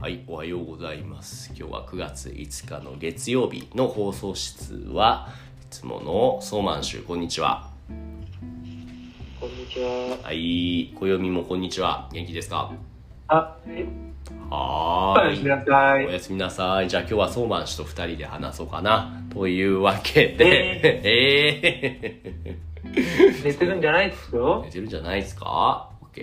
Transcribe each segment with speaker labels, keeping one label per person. Speaker 1: はい、おはようございます。今日は9月5日の月曜日の放送室はいつものソーマンシュこんにちは。
Speaker 2: こんにちは。
Speaker 1: はい、暦もこんにちは。元気ですか？
Speaker 2: あ、
Speaker 1: は
Speaker 2: おや
Speaker 1: ー
Speaker 2: す
Speaker 1: い
Speaker 2: み。なさ
Speaker 1: お
Speaker 2: い。
Speaker 1: やすみなさい。じゃあ今日はソーマン氏と二人で話そうかな。というわけで、ええ
Speaker 2: 寝てるんじゃないです
Speaker 1: ー、
Speaker 2: よ
Speaker 1: 寝。てるんじゃないですか ?OK。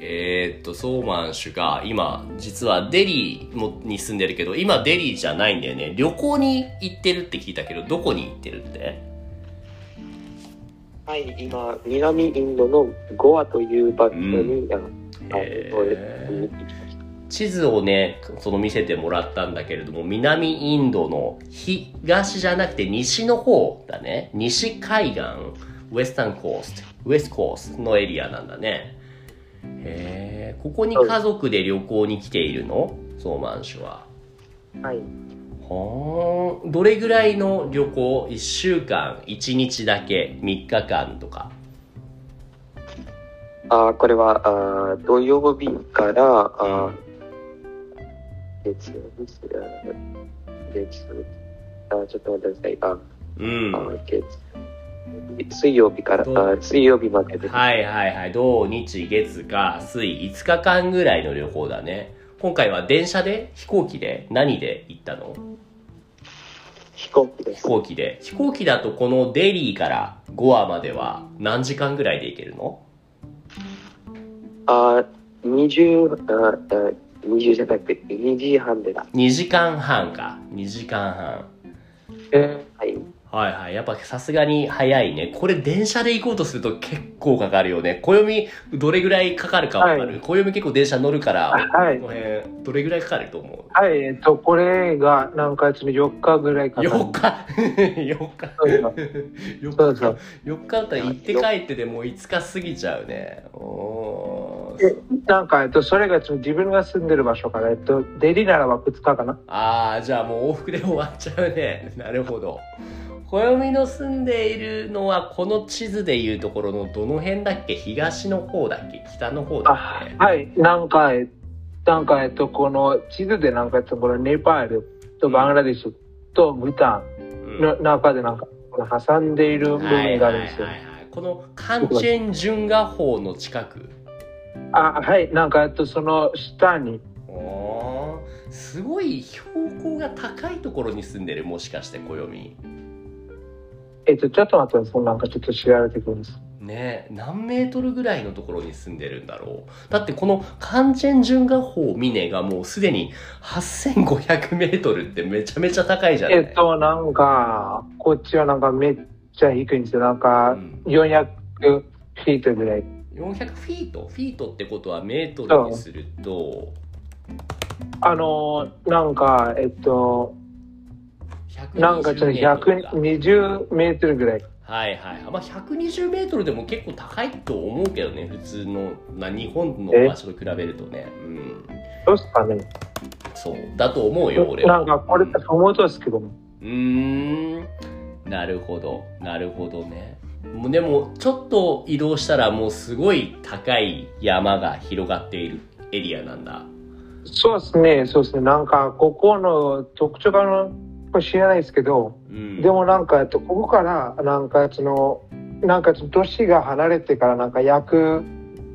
Speaker 1: えー、っと、ソーマン氏が今、実はデリーもに住んでるけど、今デリーじゃないんだよね。旅行に行ってるって聞いたけど、どこに行ってるって
Speaker 2: はい、今、南インドのゴアという場所に、あのあ
Speaker 1: えー
Speaker 2: そうです
Speaker 1: 地図をね、その見せてもらったんだけれども、南インドの東じゃなくて西の方だね。西海岸、ウェスタンコースト、ウェスコーストのエリアなんだね。へえ、ここに家族で旅行に来ているのソーマン氏は。
Speaker 2: はい。
Speaker 1: はあ、どれぐらいの旅行 ?1 週間、1日だけ、3日間とか。
Speaker 2: あ、これは、あ土曜日から、あ月曜日、あ月曜日、あちょっと待ってください。あ、
Speaker 1: うん。
Speaker 2: あ月曜日水曜日から、あ水曜日までです。
Speaker 1: はいはいはい。土日月火水5日間ぐらいの旅行だね。今回は電車で飛行機で何で行ったの
Speaker 2: 飛行機で
Speaker 1: 飛
Speaker 2: す。
Speaker 1: 行機で。飛行機だとこのデリーからゴアまでは何時間ぐらいで行けるの
Speaker 2: あ、20、あ、あ20じゃなくて、2時半です。
Speaker 1: ?2 時間半か。2時間半。
Speaker 2: はい。
Speaker 1: はいはい。やっぱさすがに早いね。これ電車で行こうとすると結構かかるよね。暦どれぐらいかかるかわかる、
Speaker 3: は
Speaker 1: 暦結構電車乗るから、
Speaker 3: はい
Speaker 1: こ。の辺どれぐらいかかると思う
Speaker 3: はい、えっと、これが、なんか、その4日ぐらいかな。
Speaker 1: 4日 ?4 日
Speaker 3: そうそう
Speaker 1: 4日
Speaker 3: そうそう。
Speaker 1: 4日だったら行って帰ってでもう5日過ぎちゃうねおー
Speaker 3: えなんか、えっと、それが、その自分が住んでる場所から、えっと、デリならば2日かな。
Speaker 1: ああじゃあもう往復で終わっちゃうねなるほど暦の住んでいるのはこの地図でいうところのどの辺だっけ東の方だっけ北の方だっけ
Speaker 3: はい、なんか、えなんか、えっと、この地図で、なんか、えっと、このネパールとバングラデシュとブタ
Speaker 1: うん
Speaker 3: ンの中で、なんか、この挟んでいる部分があるんですよ
Speaker 1: は。いはいはいはいこのカンチェンジュンガ峰の近く
Speaker 3: あ、はい、なんか、えっと、その下に、
Speaker 1: おーすごい標高が高いところに住んでるもしかして暦
Speaker 3: えっと、ちょっと待ってください。なんか、ちょっと調べてくるんです。
Speaker 1: ねえ何メートルぐらいのところに住んでるんだろうだってこのカンチェンジュンガ峰峰がもうすでに8500メートルってめちゃめちゃ高いじゃない、
Speaker 3: えっと、なんか、こっちはなんかめっちゃ低いんですよ。なん
Speaker 1: う
Speaker 3: か、
Speaker 1: ん、
Speaker 3: 400フィートぐらい。
Speaker 1: 400フィートフィートってことはメートルにすると
Speaker 3: あのー、なんか、えっと、
Speaker 1: 120
Speaker 3: なんかちょっと
Speaker 1: メートルか
Speaker 3: 120メートルぐらい。
Speaker 1: はいはいまあ120メートルでも結構高いと思うけどね普通のな日本の
Speaker 3: え
Speaker 1: 場所と比べるとねうん
Speaker 3: どうですかね
Speaker 1: そうだと思うよ俺は
Speaker 3: なんか、これって思うとですけども。
Speaker 1: うーんなるほどなるほどねもうでもちょっと移動したらもうすごい高い山が広がっているエリアなんだ
Speaker 3: そうですね、そうですね。なんか、ここの特徴があの、これ知らないですけど、
Speaker 1: うん
Speaker 3: でもなんか、えっと、ここから、なんか、その、なんか、年が離れてから、なんか、約、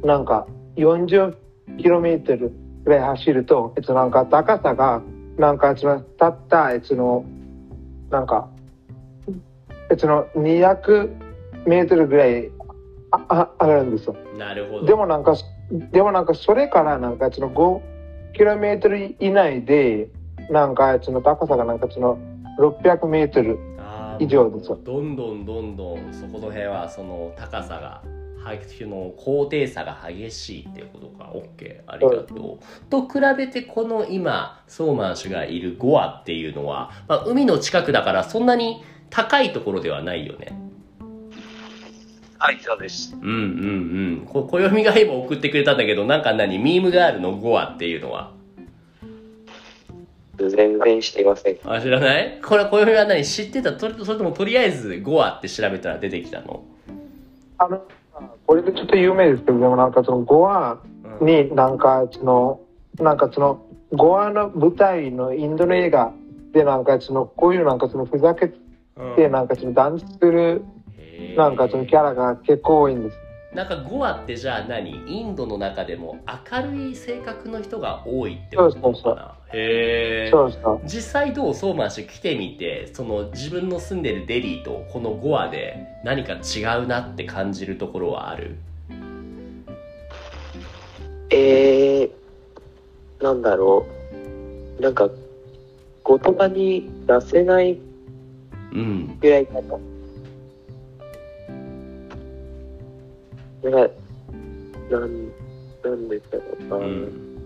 Speaker 3: なんか、40キロメートルぐらい走ると、えっと、なんか、高さが、なんか、その、たった、えっと、その、なんか、えっと、その、200メートルぐらい、あ、あ、あるんですよ。
Speaker 1: なるほど
Speaker 3: でもなんか、でもなんか、それから、なんか、その、5キロメートル以内で、なんか、その、高さが、なんか、その、600メートル、
Speaker 1: あー
Speaker 3: 以上です
Speaker 1: どんどんどんどんそこの辺はその高さがはその高低差が激しいってことか OK ありがとう。と比べてこの今ソーマン氏がいるゴアっていうのは、まあ、海の近くだからそんなに高いところではないよね。
Speaker 2: はい、そうです。
Speaker 1: うんうんうん。こ暦が今送ってくれたんだけどなんか何ミームガールのゴアっていうのは
Speaker 2: 全然していません。
Speaker 1: あ知らないこれ暦は何知ってたとそれともとりあえずゴアって調べたら出てきたの、
Speaker 3: あの、これでちょっと有名ですけど、でもなんかその、ゴア
Speaker 1: うん
Speaker 3: になんか、その、なんかその、ゴアの舞台のインドの映画でなんかそのこういうなんかそのふざけてなんかそのダンスする
Speaker 1: へー
Speaker 3: なんかそのキャラが結構多いんです。
Speaker 1: なんかゴアってじゃあ何インドの中でも明るい性格の人が多いって
Speaker 3: そ
Speaker 1: ことなの
Speaker 3: うそう
Speaker 1: か
Speaker 3: そう
Speaker 1: なへえ
Speaker 3: そうそう。
Speaker 1: 実際どうソーマン氏来てみてその自分の住んでるデリーとこのゴアで何か違うなって感じるところはある
Speaker 2: ええなんだろう。なんか、言葉に出せない
Speaker 1: うん
Speaker 2: ぐらいかな。なんか、なん、なんですかね。まあ
Speaker 1: うん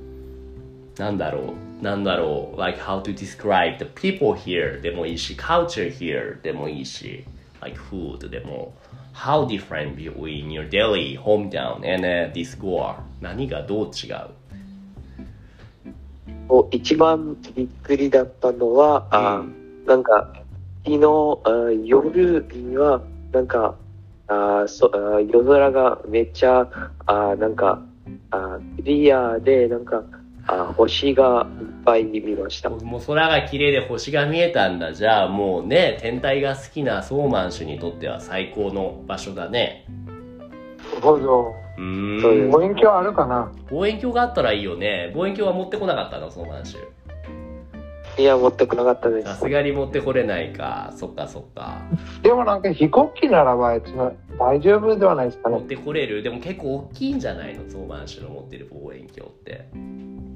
Speaker 1: なんだろうなんだろう like how to describe the people here でもいいし culture here でもいいし like food でも how different between your daily hometown and、uh, this Goa 何がどう違う
Speaker 2: こう一番びっくりだったのは、あ
Speaker 1: う
Speaker 2: なんか、昨日、あ夜には、なんか、あそあ夜空がめっちゃ、あなんか、あクリアで、なんか、あ星がいっぱい見ました。
Speaker 1: もう空が綺麗で星が見えたんだじゃあもうね天体が好きなソーマン氏にとっては最高の場所だね
Speaker 3: ほど。
Speaker 1: うーん
Speaker 2: そうです
Speaker 3: 望遠鏡あるかな。
Speaker 1: 望遠鏡があったらいいよね望遠鏡は持ってこなかったのソーマン氏
Speaker 2: いや、持ってこなかったで
Speaker 1: さ
Speaker 2: す
Speaker 1: す。がに持ってこれないかそっかそっか
Speaker 3: でもなんか飛行機ならばえっと大丈夫ではないですか
Speaker 1: 持っ
Speaker 3: ね。
Speaker 1: てこれるでも結構大きいんじゃないのソーマン氏の持ってる望遠鏡って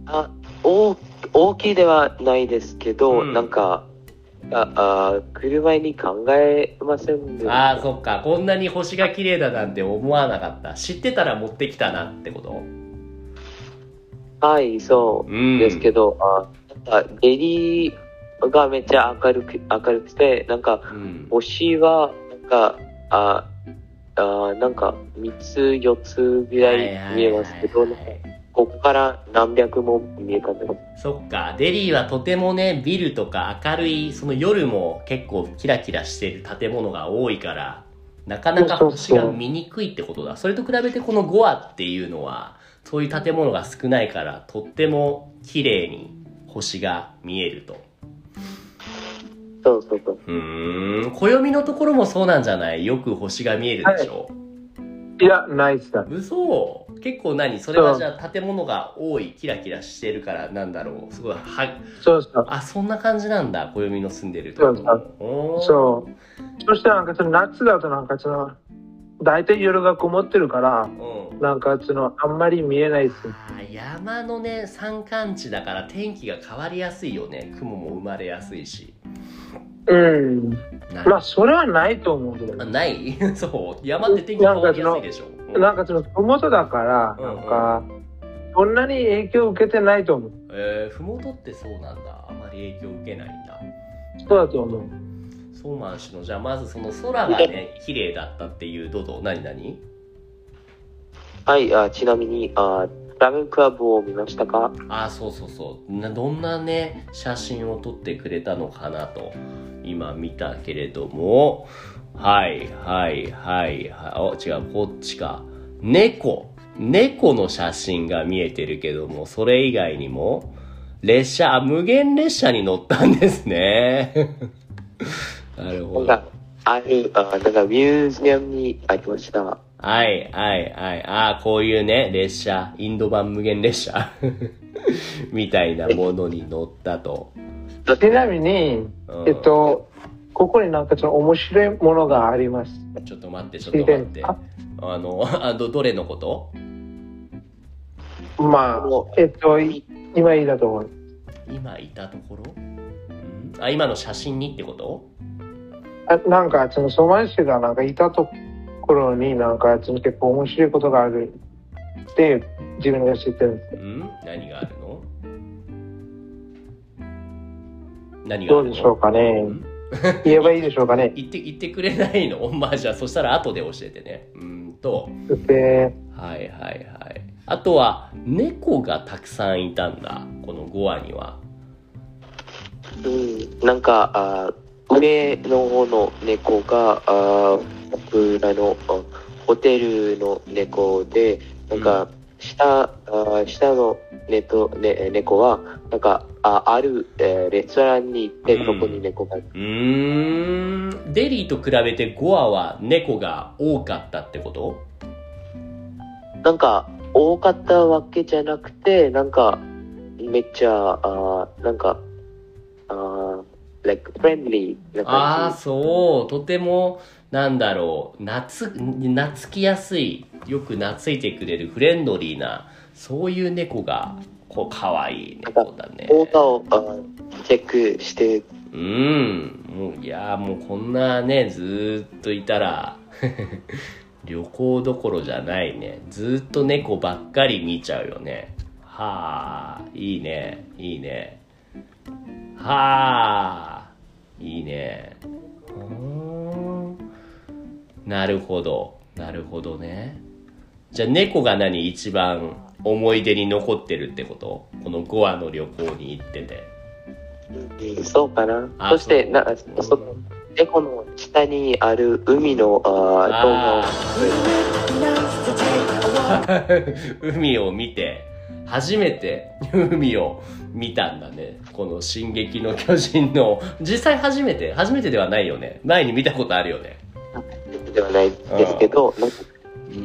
Speaker 2: あ大大きいではないですけど、
Speaker 1: うん
Speaker 2: なんか、ああ車に考えませんでした
Speaker 1: ああそっかこんなに星が綺麗だなんて思わなかった知ってたら持ってきたなってこと
Speaker 2: はい、そう。
Speaker 1: うん
Speaker 2: ですけど、あなんかデリーがめっちゃ明るく明るくてなんか
Speaker 1: うん
Speaker 2: 星はなんかああなんか3つ4つぐらい見えますけど、
Speaker 1: はいはいはいはい
Speaker 2: なんかここから何百も見えたんです
Speaker 1: そっか、デリーはとてもね、ビルとか明るい、その夜も結構キラキラしてる建物が多いから、なかなか星が見にくいってことだ。それと比べてこのゴアっていうのは、そういう建物が少ないから、とっても綺麗に星が見えると。
Speaker 2: そうそうそう
Speaker 1: うーん、暦のところもそうなんじゃないよく星が見えるでしょ、
Speaker 3: いやないですか。
Speaker 1: 嘘結構何それはじゃあ建物が多い、キラキラしてるから、なんだろう。すごい、は、
Speaker 3: そうそう。
Speaker 1: あそんな感じなんだ暦の住んでるとこ
Speaker 3: そうそう
Speaker 1: おー
Speaker 3: そう。そしてなんかその夏だとなんかその大体夜がこもってるから
Speaker 1: うん
Speaker 3: なんかそのあんまり見えないです。
Speaker 1: あー山のね山間地だから天気が変わりやすいよね雲も生まれやすいし
Speaker 3: うん。
Speaker 1: な
Speaker 3: まあそれはないと思うけど
Speaker 1: あ
Speaker 3: ね。
Speaker 1: ない そう山って天気変わりやすいでしょうん
Speaker 3: なんかその麓だから
Speaker 1: うんう
Speaker 3: なんんかそんなに影響を受けてないと思う。
Speaker 1: えー、麓ってそうなんだあまり影響受けないんだ
Speaker 3: そうだと思う。
Speaker 1: ソーマン氏のじゃあまずその空がね綺麗だったっていうどうぞ何何
Speaker 2: はいあちなみにあラムクラブを見ましたか
Speaker 1: あーそうそうそうなどんなね写真を撮ってくれたのかなと今見たけれどもはいはいはいはいお違うこっちか猫猫の写真が見えてるけどもそれ以外にも列車あ無限列車に乗ったんですね なる
Speaker 2: な
Speaker 1: ほど
Speaker 2: んかあるあなんかミュージアムにありました
Speaker 1: はい、はい、はい。ああ、こういうね、列車、インド版無限列車 みたいなものに乗ったと。
Speaker 3: ちなみに
Speaker 1: うん
Speaker 3: えっとここになんかその面白いものがあります。
Speaker 1: ちょっと待って、ちょっ
Speaker 3: 知
Speaker 1: と
Speaker 3: りた
Speaker 1: 待
Speaker 3: い
Speaker 1: っ
Speaker 3: んで
Speaker 1: て。
Speaker 3: すか
Speaker 1: あの、 あど、どれのこと
Speaker 3: まあ
Speaker 2: も
Speaker 3: えっとい今いいだと思う。
Speaker 1: 今いたところ、うんあ、今の写真にってこと
Speaker 3: あなんかそのソマリ市がなんかいたところになんかその結構面白いことがあるって自分が知ってるんです
Speaker 1: うん何があるの何が
Speaker 3: ど
Speaker 1: あ
Speaker 3: う
Speaker 1: るの
Speaker 3: でしょうかね
Speaker 1: ん
Speaker 3: 言えばいいでしょうかね
Speaker 1: 言って、言ってくれないの まあじゃあ、そしたら後で教えてね。うーんと、
Speaker 3: で
Speaker 1: はいはいはい。あとは、猫がたくさんいたんだ。このゴアには。
Speaker 2: うん、なんか、あー上の方の猫が、あー僕らのあホテルの猫で、なんか、下、あー下のネと、ね、猫は、なんか、あある、えーレストランに行って、
Speaker 1: う
Speaker 2: そ
Speaker 1: ん
Speaker 2: こに猫が、
Speaker 1: うーんデリーと比べてゴアは猫が多かったってこと
Speaker 2: なんか、多かったわけじゃなくて、なんか、めっちゃ、あーなんか、あー like, friendly な
Speaker 1: あ
Speaker 2: 感
Speaker 1: あ
Speaker 2: じ。
Speaker 1: そうとてもなんだろう懐懐きやすいよく懐いてくれるフレンドリーなそういう猫がこう可愛い猫だね
Speaker 2: オーバーをあーチェックして、
Speaker 1: うんもういやーもうこんなねずーっといたら 旅行どころじゃないねずーっと猫ばっかり見ちゃうよねはあいいねいいねはあいいねうーんなるほどなるほどねじゃあ猫が何一番思い出に残ってるってことこの5話の旅行に行ってて
Speaker 2: うんそうかな。
Speaker 1: あ
Speaker 2: そして、
Speaker 1: そう
Speaker 2: なその猫の下にある海のあー動画を。
Speaker 1: 海を見て初めて海を見たんだねこの「進撃の巨人の」実際初めて初めてではないよね前に見たことあるよね
Speaker 2: ではないですけど、なんか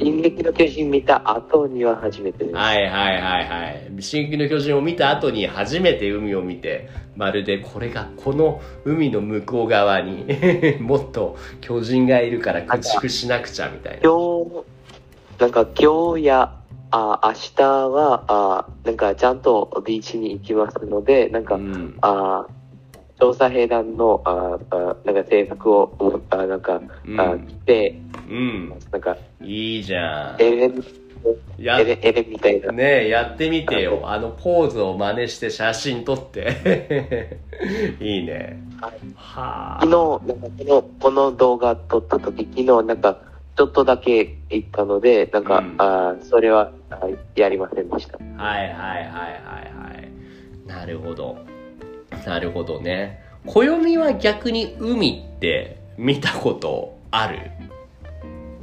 Speaker 2: 進撃の巨人見た後には初めてです。
Speaker 1: はいはいはいはい「進撃の巨人」を見た後に初めて海を見てまるでこれがこの海の向こう側に もっと巨人がいるから駆逐しなくちゃみたいな
Speaker 2: 今日、なんか今日やあ明日はあ、なんかちゃんとビーチに行きますので、なんか、
Speaker 1: うん
Speaker 2: あ調査兵団のああなんか制作をあなんか、
Speaker 1: う
Speaker 2: あ
Speaker 1: ん、
Speaker 2: 来て、
Speaker 1: うん、
Speaker 2: なんか
Speaker 1: いいじゃん
Speaker 2: エレン
Speaker 1: や
Speaker 2: エレエレンみたいな。
Speaker 1: ねえやってみてよあのポーズを真似して写真撮って いいね
Speaker 2: はい
Speaker 1: は
Speaker 2: 昨日なんかこのこの動画撮った時昨日なんかちょっとだけ行ったのでなんか、
Speaker 1: うん
Speaker 2: あーそれはあやりませんでした
Speaker 1: はいはいはいはいはいなるほどなるほどね暦は逆に海って見たことある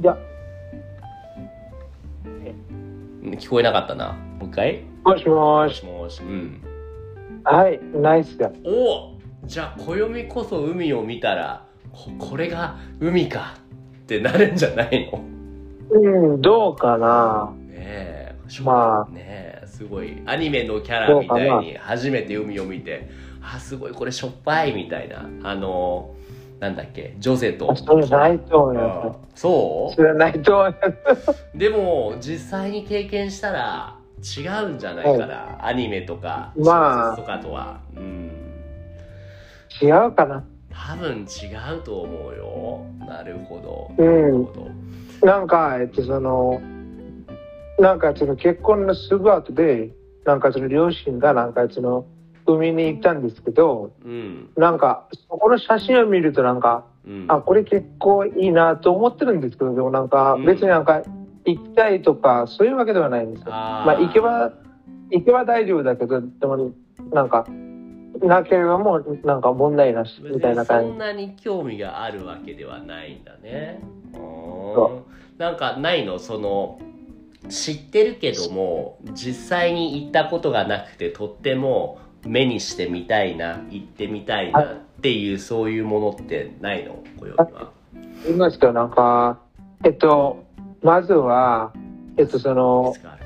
Speaker 3: いや
Speaker 1: うん聞こえなかったなもう一回
Speaker 3: もしも
Speaker 1: も
Speaker 3: し
Speaker 1: しもしうん
Speaker 3: はいナイスだ
Speaker 1: おじゃあ暦こそ海を見たらここれが海かってなるんじゃないの
Speaker 3: うんどうかな
Speaker 1: ねえ、
Speaker 3: まあ
Speaker 1: ねえすごいアニメのキャラみたいに初めて海を見てあすごいこれしょっぱいみたいなあのなんだっけジョゼと
Speaker 3: それないと思いま
Speaker 1: うんそ
Speaker 3: すそれないと思います
Speaker 1: うでも実際に経験したら違うんじゃないかな、アニメとか
Speaker 3: まあ
Speaker 1: 小説とかとは、うん
Speaker 3: 違うかな
Speaker 1: 多分違うと思うよなるほど、
Speaker 3: うん
Speaker 1: なるほど
Speaker 3: なんか、えっと、その、なんか、その結婚のすぐ後で、なんか、その両親が、なんか、その、海に行ったんですけど、
Speaker 1: うん
Speaker 3: なんか、そこの写真を見ると、なんか、
Speaker 1: うん
Speaker 3: あ、これ結構いいなと思ってるんですけど、でもなんか
Speaker 1: うん、
Speaker 3: 別になんか、行きたいとか、そういうわけではないんですよ。
Speaker 1: あー
Speaker 3: まあ、行けば、行けば大丈夫だけど、でも、なんか、なければもう、なんか問題なし、みたいな
Speaker 1: そ
Speaker 3: 感
Speaker 1: んなに興味があるわけではないんだね。うーん
Speaker 3: そ
Speaker 1: なんかないのその知ってるけども実際に行ったことがなくてとっても目にしてみたいな行ってみたいなっていうそういうものってないの暦は。
Speaker 3: じ。言いますけど、なんか、えっと、まずは、えっと、そ
Speaker 1: い
Speaker 3: の
Speaker 1: つ、かある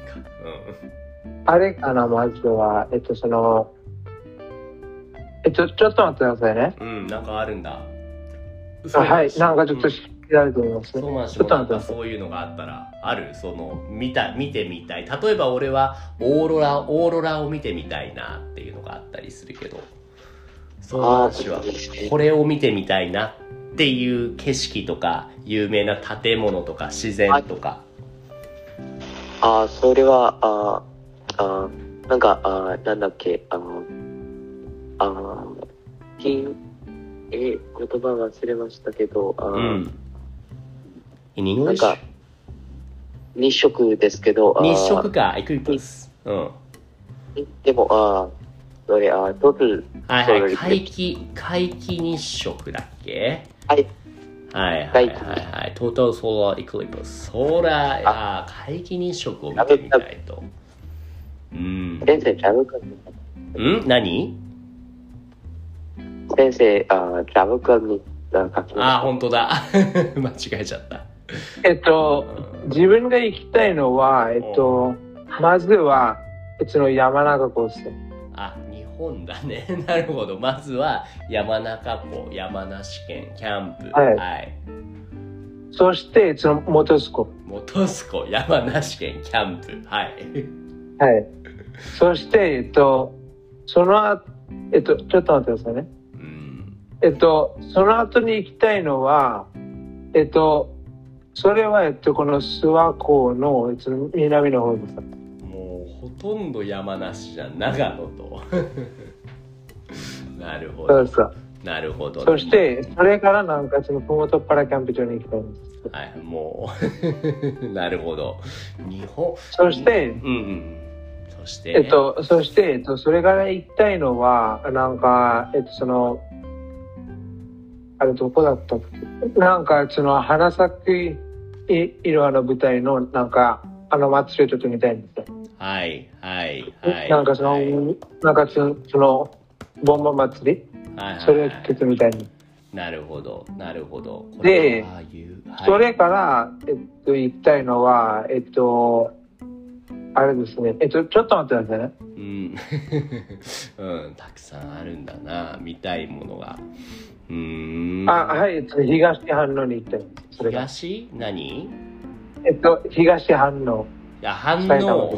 Speaker 1: か。
Speaker 3: あれかな、まずは、えっと、その、え、ちょ、ちょっと待ってくださいね。
Speaker 1: うん、うん、なんかあるんだ。
Speaker 3: あはい、なんかちょっと
Speaker 1: うん
Speaker 3: 知られてみます
Speaker 1: そう
Speaker 3: ね。
Speaker 1: なんし
Speaker 3: ちょっと
Speaker 1: なん
Speaker 3: 待って
Speaker 1: か
Speaker 3: ください
Speaker 1: そういうのがあったらあるその見た見てみたい例えば俺はオーロラオーロラを見てみたいなっていうのがあったりするけどそうなんしはこれを見てみたいなっていう景色とか有名な建物とか自然とか、
Speaker 2: ああそれはあーあーなんかあーなんだっけあのあー金え言葉忘れましたけどあー、
Speaker 1: うん。In English？
Speaker 2: なんか日食ですけどあー
Speaker 1: 日食かエクイプス。うん。
Speaker 2: でもあーそれあートル
Speaker 1: はいはい。
Speaker 2: そう
Speaker 1: 皆既皆既日食だっけ？
Speaker 2: はい
Speaker 1: はいはいは
Speaker 2: 大
Speaker 1: い
Speaker 2: 気
Speaker 1: はい。トータルソーラーエクリプス。ソーラー、あー皆既日食を見てみたいと。うん。
Speaker 2: 先生、ちゃうか
Speaker 1: ん何
Speaker 2: 先生、あラブクラブにあ書き
Speaker 1: あー、
Speaker 2: ま
Speaker 1: 本当だ。 間違えちゃった。
Speaker 3: えっと自分が行きたいのはえっとまずはうちの山中コース
Speaker 1: あ、日本だね。 なるほど。まずは山中湖、山梨県、キャンプ。
Speaker 3: はい
Speaker 1: はい
Speaker 3: そしてうちのモトスコ
Speaker 1: 本栖湖、山梨県、キャンプ。はい。
Speaker 3: はいそしてえっとそのあえっとちょっと待ってくださいね
Speaker 1: うん。
Speaker 3: えっとその後に行きたいのはえっとそれはえっとこの諏訪湖のうちの南の方です
Speaker 1: もうほとんど山梨じゃん。長野と。 なるほ
Speaker 3: そう
Speaker 1: ど
Speaker 3: で。すか
Speaker 1: なるほど。
Speaker 3: そしてそれからなんかその麓パラキャンプ場に行きたいんです
Speaker 1: はい、もう。 なるほど。日本。
Speaker 3: そして
Speaker 1: うんうん。そして。
Speaker 3: えっ。と、そして、えっと、それから行きたいのは、なんか、えっと、その、あれどこだったっけなんか、その、花咲くいいろはの舞台の、なんか、あの祭りをちょっと見たいんですよ。
Speaker 1: はい、はい、はい。
Speaker 3: なんかその、
Speaker 1: はい
Speaker 3: なんかその、その、ボンボン祭り
Speaker 1: はい、
Speaker 3: それをちょっと見たいんです。
Speaker 1: なるほど、なるほど。こ
Speaker 3: で
Speaker 1: はああいうはい
Speaker 3: それから、えっと、行きたいのは、えっと、あれですね。えっと、ちょっと待ってくださいね。
Speaker 1: うん、 うん、たくさんあるんだな、見たいものが。うーん。
Speaker 3: あ、はい、えっと、東反応に行きたいんです。それが。
Speaker 1: 東何
Speaker 3: えっと、東反応。
Speaker 1: いや、反応。
Speaker 3: 埼玉
Speaker 1: はい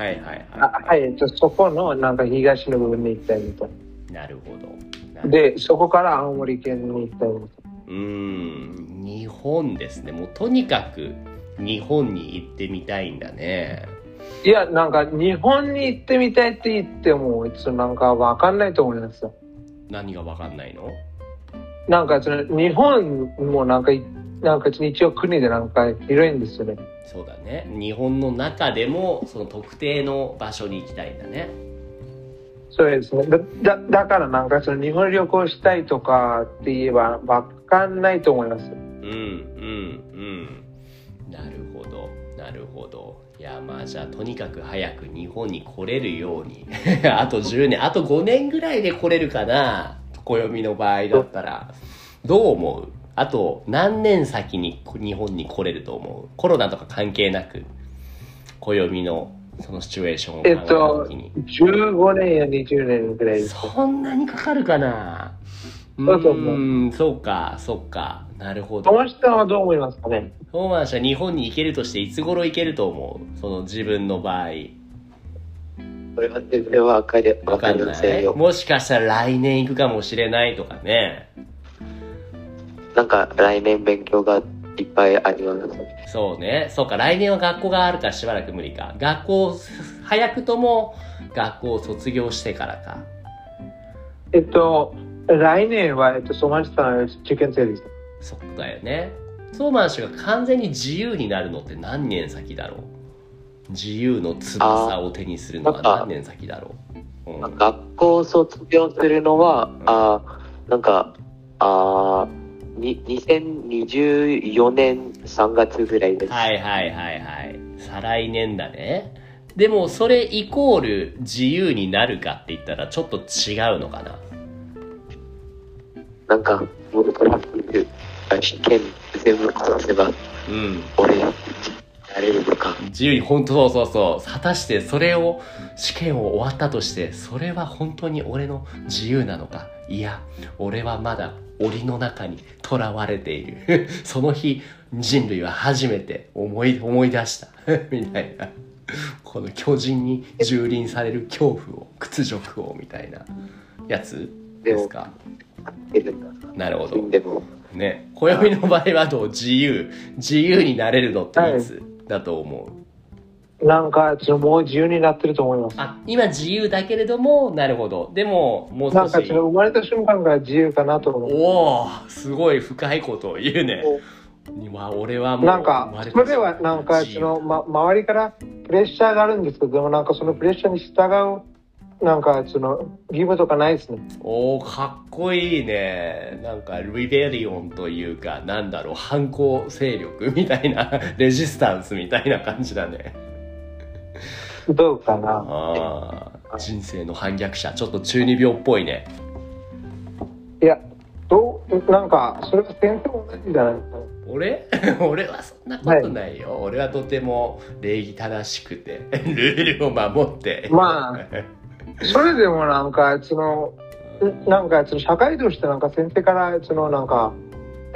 Speaker 1: はい
Speaker 3: あ
Speaker 1: は
Speaker 3: はい、えっとそこのなんか東の部分に行きたいみたい
Speaker 1: い。なるほど。な
Speaker 3: な。で、そこから青森県に行きたいみたいう
Speaker 1: ーん日本ですねもうとにかく日本に行ってみたいんだね
Speaker 3: な。いや、なんか日本に行ってみたいって言っても、ちょっとなんかわかんないと思いますよ。
Speaker 1: 何がわかんないの
Speaker 3: なんかその日本もなんかい、なんか一応国でなんか広いんですよね。
Speaker 1: そうだね日本の中でもその特定の場所に行きたいんだね
Speaker 3: そうですね。だ、だだからなんかその日本旅行したいとかって言えばわかんないと思います。
Speaker 1: うんうんうんなるほどなるほどいやまあじゃあとにかく早く日本に来れるように あと10年あと5年ぐらいで来れるかな暦の場合だったらどう思うあと何年先に日本に来れると思うコロナとか関係なく暦のそのシチュエーションを考えた時に、
Speaker 3: 15年や20年ぐらいです。
Speaker 1: そんなにかかるかなう
Speaker 3: そうそうそう
Speaker 1: ーんそうかそうかなるほど
Speaker 3: 友達さんはどう思いますかね
Speaker 1: トーマン氏は日本に行けるとしていつ頃行けると思うその自分の場合
Speaker 2: す。これは全然わかりわ
Speaker 1: わ
Speaker 2: か
Speaker 1: か
Speaker 2: り
Speaker 1: ん
Speaker 2: ま
Speaker 1: な
Speaker 2: せん
Speaker 1: い
Speaker 2: よ。
Speaker 1: もしかしたら来年行くかもしれないとかね
Speaker 2: なんか来年勉強がいっぱいあります。
Speaker 1: そうねそうか来年は学校があるからしばらく無理か学校早くとも学校を卒業してからか
Speaker 3: えっと、来年は、えっと、ソマジさんは受験生です。
Speaker 1: そっかよねトーマン氏が完全に自由になるのって何年先だろう自由の翼を手にするのは何年先だろう、うん、
Speaker 2: 学校を卒業するのは、あーなんかあーに2024年3月ぐらいです、
Speaker 1: はいはいはいはい。再来年だね。でもそれイコール自由になるかって言ったらちょっと違うのかな。
Speaker 2: なんか僕から見るあ試験全部こなせば
Speaker 1: うん。
Speaker 2: 俺なれるのか
Speaker 1: 自由に本当そうそうそう。果たしてそれを試験を終わったとして、それは本当に俺の自由なのか。いや、俺はまだ檻の中に囚われている。 その日人類は初めて思い思い出した。 みたいな。この巨人に蹂躙される恐怖を屈辱をみたいなやつですか
Speaker 2: 出るんだ
Speaker 1: なるほど
Speaker 2: でも
Speaker 1: ね暦の場合はどう自由自由になれるのっていつだと思う、
Speaker 3: なんか、そのもう自由になってると思います。
Speaker 1: あ今自由だけれどもなるほどでももう
Speaker 3: な
Speaker 1: 少
Speaker 3: んか、そ
Speaker 1: し
Speaker 3: の生まれた瞬間から自由かなと思う。
Speaker 1: おおすごい深いことを言うねわ俺はもう
Speaker 3: なん
Speaker 1: 生
Speaker 3: か
Speaker 1: ま、れて
Speaker 3: それはなんか、
Speaker 1: 自
Speaker 3: そ
Speaker 1: 由
Speaker 3: の、ま、周りからプレッシャーがあるんですけど、でもなんかそのプレッシャーに従うなんかその義務とかないですね
Speaker 1: おーかっこいいねなんかリベリオンというかなんだろう反抗勢力みたいなレジスタンスみたいな感じだね
Speaker 3: どうかな
Speaker 1: あー人生の反逆者ちょっと中二病っぽいね
Speaker 3: いやどうなんかそれは先生も同じじゃないですか
Speaker 1: 俺 俺はそんなことないよ、俺はとても礼儀正しくて ルールを守って
Speaker 3: ま それでもなんかそのなんかその社会としてなんか先生からそのなんか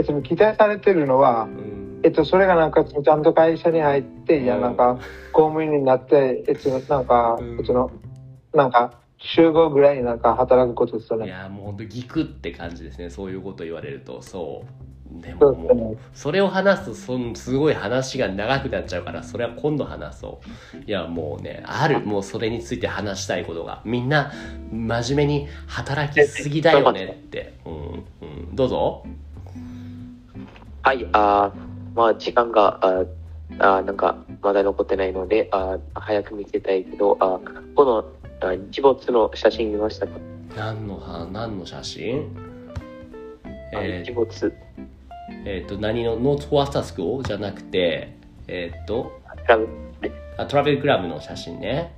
Speaker 3: その期待されてるのは
Speaker 1: うん
Speaker 3: えっと、それがなんかちゃんと会社に入って、いや
Speaker 1: うん
Speaker 3: なんか公務員になって、えっと、なんか、
Speaker 1: うん
Speaker 3: えっとのなんか週5ぐらいになんか働くことですよ
Speaker 1: い
Speaker 3: ね。
Speaker 1: やもうほんとギクって感じですねそういうこと言われるとそうで
Speaker 3: そ
Speaker 1: も
Speaker 3: うです
Speaker 1: もう
Speaker 3: ね。
Speaker 1: それを話すとそのすごい話が長くなっちゃうからそれは今度話そういやもうねあるもうそれについて話したいことがみんな真面目に働きすぎだよねって、うんうん、どうぞ
Speaker 2: はい、あーまあ時間があーあーなんかまだ残ってないのであー早く見せたいけどあーこのあー日没の写真見ましたか、
Speaker 1: 何のは何の写真
Speaker 2: あー
Speaker 1: え
Speaker 2: 日
Speaker 1: ー
Speaker 2: 没
Speaker 1: えーと何のノートフォアスタースクールじゃなくてえっ、と
Speaker 2: ラブ
Speaker 1: あトラベルクラブの写真ね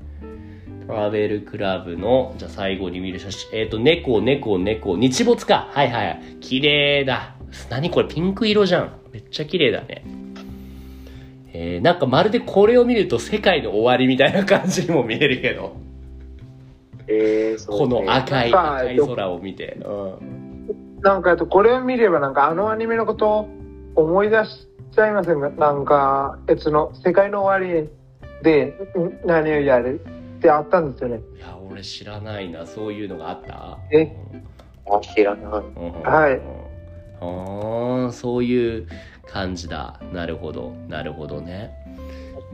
Speaker 1: トラベルクラブのじゃあ最後に見る写真えっ、と猫猫猫日没かはいはいはい綺麗だ何これピンク色じゃんめっちゃ綺麗だねえーなんかまるでこれを見ると世界の終わりみたいな感じにも見えるけど
Speaker 2: えー、そう
Speaker 1: こ
Speaker 2: ね
Speaker 1: の赤い
Speaker 3: はい
Speaker 1: 赤い空を見て、うん、
Speaker 3: なんかえっとこれを見ればなんかあのアニメのことを思い出しちゃいませんかなんかえっとの世界の終わりでん何をやるってあったんですよね。
Speaker 1: いや俺知らないなそういうのがあった
Speaker 3: え
Speaker 1: うん
Speaker 2: あ知らない
Speaker 3: はい
Speaker 1: はい。ああ、そういう感じだ。なるほど、なるほどね。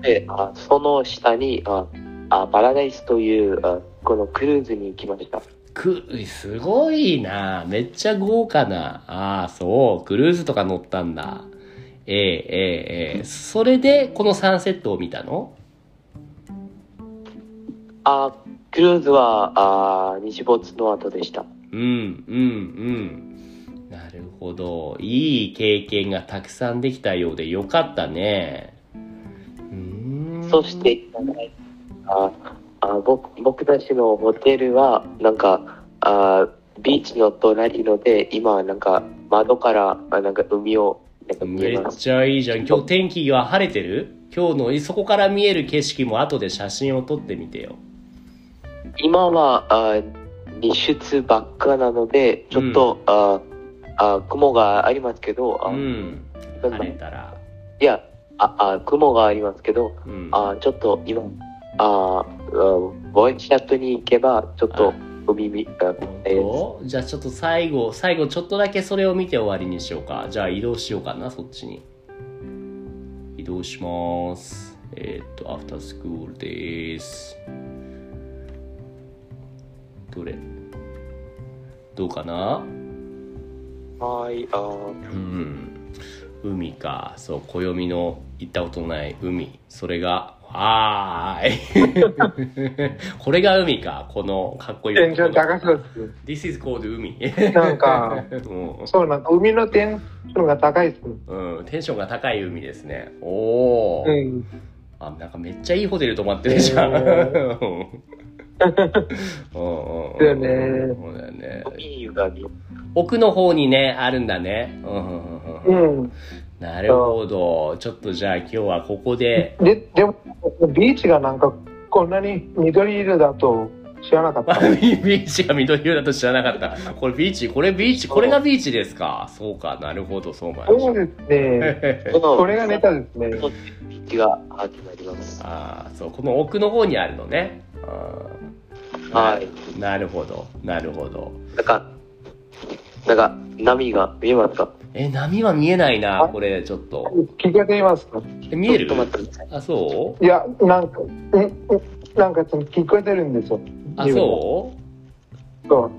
Speaker 2: であその下にああパラダイスというあこのクルーズに行きました
Speaker 1: く、すごいな。めっちゃ豪華な。ああ、そう。クルーズとか乗ったんだ。ええええええそれで、このサンセットを見たの
Speaker 2: あクルーズはあ日没の後でした
Speaker 1: うん、うん、うん。なるほど。いい経験がたくさんできたようでよかったね。うーん
Speaker 2: そして、ああ僕僕たちのホテルは、なんか、あビーチの隣ので、今、なんか、窓から、あなんか、海を、なんか見
Speaker 1: め
Speaker 2: え
Speaker 1: っ
Speaker 2: ます。
Speaker 1: ちゃいいじゃん今日天気は晴れてる今日のそこから見える景色も後で写真を撮ってみてよ
Speaker 2: 今は、あ日出ばっかなので、ちょっと、ああ雲がありますけど、あ
Speaker 1: うん
Speaker 2: なん
Speaker 1: 晴
Speaker 2: だ
Speaker 1: れ
Speaker 2: い
Speaker 1: たら
Speaker 2: やああ、雲がありますけど、
Speaker 1: うん
Speaker 2: あちょっと今、あうんボイチャットに行けば、ちょっと、海見、あ
Speaker 1: 本
Speaker 2: えー
Speaker 1: 当じゃあちょっと最後最後ちょっとだけそれを見て終わりにしようかじゃあ移動しようかなそっちに移動しますえーっとアフタースクールですどれどうかな
Speaker 2: はい、あ
Speaker 1: うん、海かそう暦の行ったことない海それがあーい これが海かこのかっこいい
Speaker 3: 天井高そうで
Speaker 1: This is called 海
Speaker 3: す。なんか
Speaker 1: うん
Speaker 3: そうなんか海の天井が高いですね。
Speaker 1: うん、テンションが高い海ですねおお、
Speaker 3: うん
Speaker 1: あなんかめっちゃいいホテル泊まってるじゃん、
Speaker 3: え
Speaker 1: うんうん
Speaker 3: だよね
Speaker 1: そうだよね
Speaker 2: いい湯が見え
Speaker 1: 奥の方にねあるんだねうんうんうんうん
Speaker 3: うん、
Speaker 1: なるほど。ちょっとじゃあ今日はここで。
Speaker 3: ででもビーチがなんかこんなに緑色だと知らなかっ
Speaker 1: あ
Speaker 3: た
Speaker 1: ビーチが緑色だと知らなかった。これビーチ、これビーチ、これがビーチですか。そうか、なるほど、そうなんで
Speaker 3: そうですね
Speaker 1: す。
Speaker 2: この
Speaker 3: これがネタですね
Speaker 2: このピッチが始まりま す。
Speaker 1: ああ、そう、この奥の方にあるのね。あー
Speaker 2: はい。。
Speaker 1: なるほど、なるほど。
Speaker 2: なんか、なんか、波が見えますか
Speaker 1: え、波は見えないな
Speaker 3: あ、
Speaker 1: これ、ちょっと。
Speaker 3: 聞けていますか
Speaker 1: え見える
Speaker 2: ちょっと待ってください。
Speaker 1: あ、そう
Speaker 3: いやなんかんんなんかその聞こえてるんですよ
Speaker 1: あ、そう
Speaker 3: うそう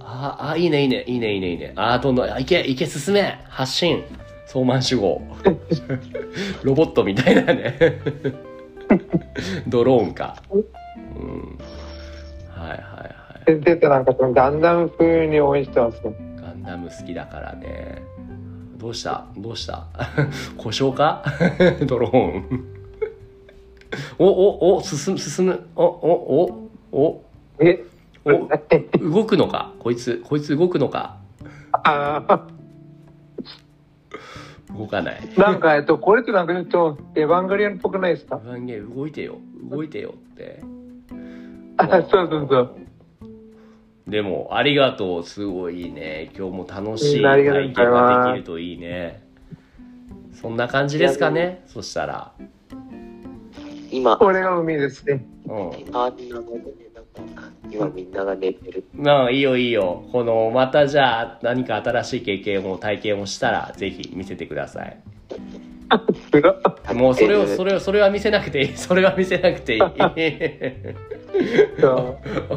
Speaker 1: ああ、いいね、いいね、いいね、いいね、いいね。あー、どんどん、あいけ、いけ、進め発進相満主語。 ロ ボットみたいなね。ドローンか。うん。
Speaker 3: 先生ってなんかそのガンダム風に応援してますね。
Speaker 1: ガンダム好きだからね。どうしたどうした 故障か ドローン。お、お、お、進む、進む。お、お、お、
Speaker 3: え、
Speaker 1: お、お、動くのかこいつ、こいつ動くのか
Speaker 3: ああ、
Speaker 1: 動かない。
Speaker 3: なんかえっと、これってなんかちょっとエヴァンゲリオンっぽくないですか
Speaker 1: エヴァンゲリオン動いてよ。動いてよって。
Speaker 3: あそうそうそう。
Speaker 1: でも、ありがとう。すごいいいね。今日も楽し
Speaker 3: み
Speaker 1: い
Speaker 3: んなありがと
Speaker 1: 体
Speaker 3: うござい
Speaker 1: 験
Speaker 3: ます
Speaker 1: ができるといいね。そんな感じですかね。そしたら。
Speaker 2: 今、
Speaker 3: これが海ですね。
Speaker 1: うん。
Speaker 2: あんなのでね、なんか、今みんなが寝てる。
Speaker 1: まあいいよいいよこのまたじゃあ何か新しい経験を体験をしたらぜひ見せてください
Speaker 3: すごい。
Speaker 1: もうそれをそ
Speaker 2: れ
Speaker 1: れをそれは見せなくていいそれは見せなくていい
Speaker 3: そう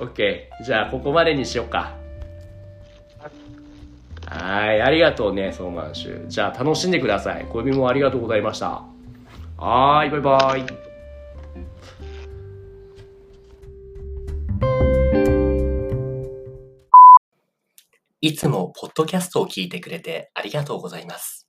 Speaker 1: OKOK じゃあここまでにしよっかはいありがとうねソーマンシュじゃあ楽しんでください小指もありがとうございましたはーいバイバイいつもポッドキャストを聞いてくれてありがとうございます。